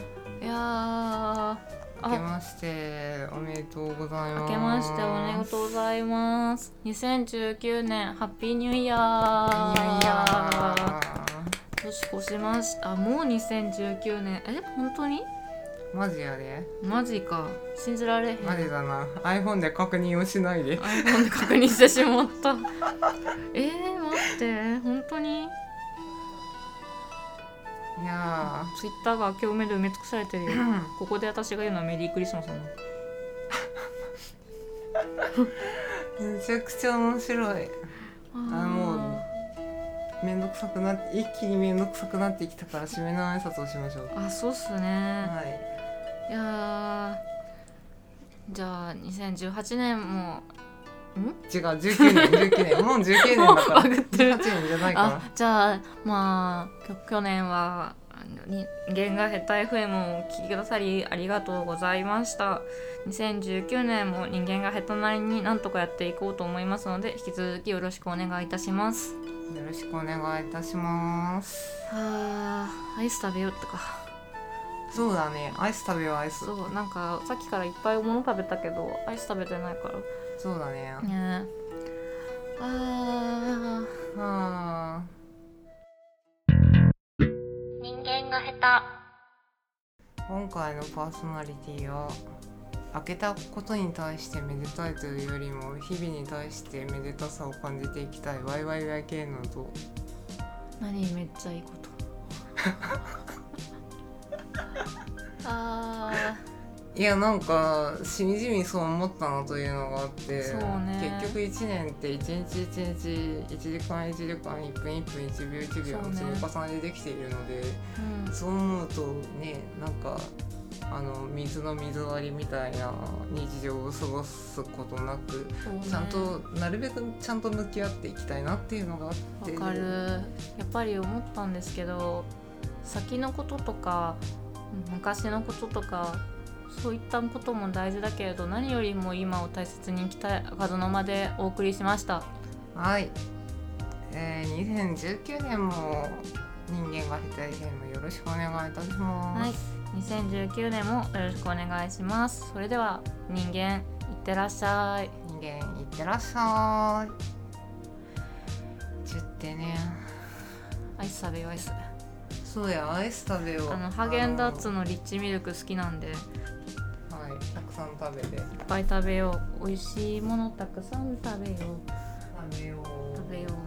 Speaker 1: いやーあ
Speaker 2: 明けましておめでとうございます
Speaker 1: 明けましておめでとうございます2019年ハッピーニューイヤー
Speaker 2: いやいや
Speaker 1: 年越しましたあもう2019年え本当に
Speaker 2: マジやで
Speaker 1: マジか信じられへん
Speaker 2: マジだな iPhone で確認をしないで
Speaker 1: iPhone で確認してしまったえー、待って本当 に
Speaker 2: いや
Speaker 1: Twitter が今日目で埋め尽くされてるよ
Speaker 2: ー
Speaker 1: ここで私が言うのはメリークリスマスなの
Speaker 2: めちゃくちゃ面白いあもめんどくさくなって一気にめんどくさくなってきたから締めの挨拶をしましょう
Speaker 1: うあそうっすね、
Speaker 2: はい
Speaker 1: いやーじゃあ2018年も
Speaker 2: 違う19年19年もう19年だから
Speaker 1: もうバグってる
Speaker 2: 18年じゃないか
Speaker 1: あ
Speaker 2: な
Speaker 1: じゃあまあきょ去年はあのに弦がヘタ FM をお聴きくださりありがとうございました2019年も人間がヘタなりになんとかやっていこうと思いますので引き続きよろしくお願いいたします
Speaker 2: よろしくお願いいたします
Speaker 1: あーアイス食べようとか
Speaker 2: そうだねアイス食べようアイス
Speaker 1: そうなんかさっきからいっぱい物食べたけどアイス食べてないから
Speaker 2: そうだね
Speaker 1: ねえあー
Speaker 2: はあ
Speaker 1: 人間が下
Speaker 2: 今回のパーソナリティは開けたことに対してめでたいというよりも日々に対してめでたさを感じていきたい YYYK のと
Speaker 1: 手何めっちゃいいこと あー
Speaker 2: いやなんかしみじみそう思ったなというのがあって
Speaker 1: そうね
Speaker 2: 結局1年って1日1日1時間1時間1分1分1秒1秒の積み重ねでできているので
Speaker 1: うん
Speaker 2: そう思うとねなんかあの水の水割りみたいな日常を過ごすことなく
Speaker 1: そうね
Speaker 2: ちゃんとなるべくちゃんと向き合っていきたいなっていうのがあって
Speaker 1: わかるやっぱり思ったんですけど先のこととか昔のこととかそういったことも大事だけれど何よりも今を大切に生きたい赤の間でお送りしました
Speaker 2: はい、えー、2019年も人間が下手いゲームよろしくお願いいたしま
Speaker 1: は
Speaker 2: す、
Speaker 1: い2019年もよろしくお願いしますそれでは人間いってらっしゃい
Speaker 2: 人間いってらっしゃいちゅってね
Speaker 1: アイス食べようアイス
Speaker 2: そうやアイス食べよう
Speaker 1: あのハーゲンダッツのリッチミルク好きなんでいっ
Speaker 2: あのはいたくさん食べて
Speaker 1: ぱい食べよう美味しいものたくさん食べよう
Speaker 2: 食べよう
Speaker 1: 食べよう